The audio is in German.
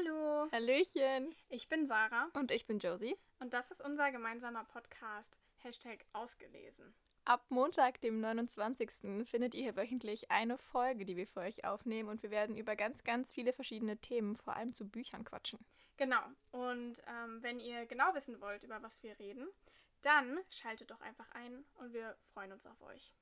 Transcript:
Hallo, Hallöchen. ich bin Sarah Und ich bin Josie. und das ist unser gemeinsamer Podcast. Hashtag ausgelesen. Ab Montag, dem 29. findet ihr hier wöchentlich eine Folge, die wir für euch aufnehmen und wir werden über ganz, ganz viele verschiedene Themen, vor allem zu Büchern, quatschen. Genau, und ähm, wenn ihr genau wissen wollt, über was wir reden, dann schaltet doch einfach ein und wir freuen uns auf euch.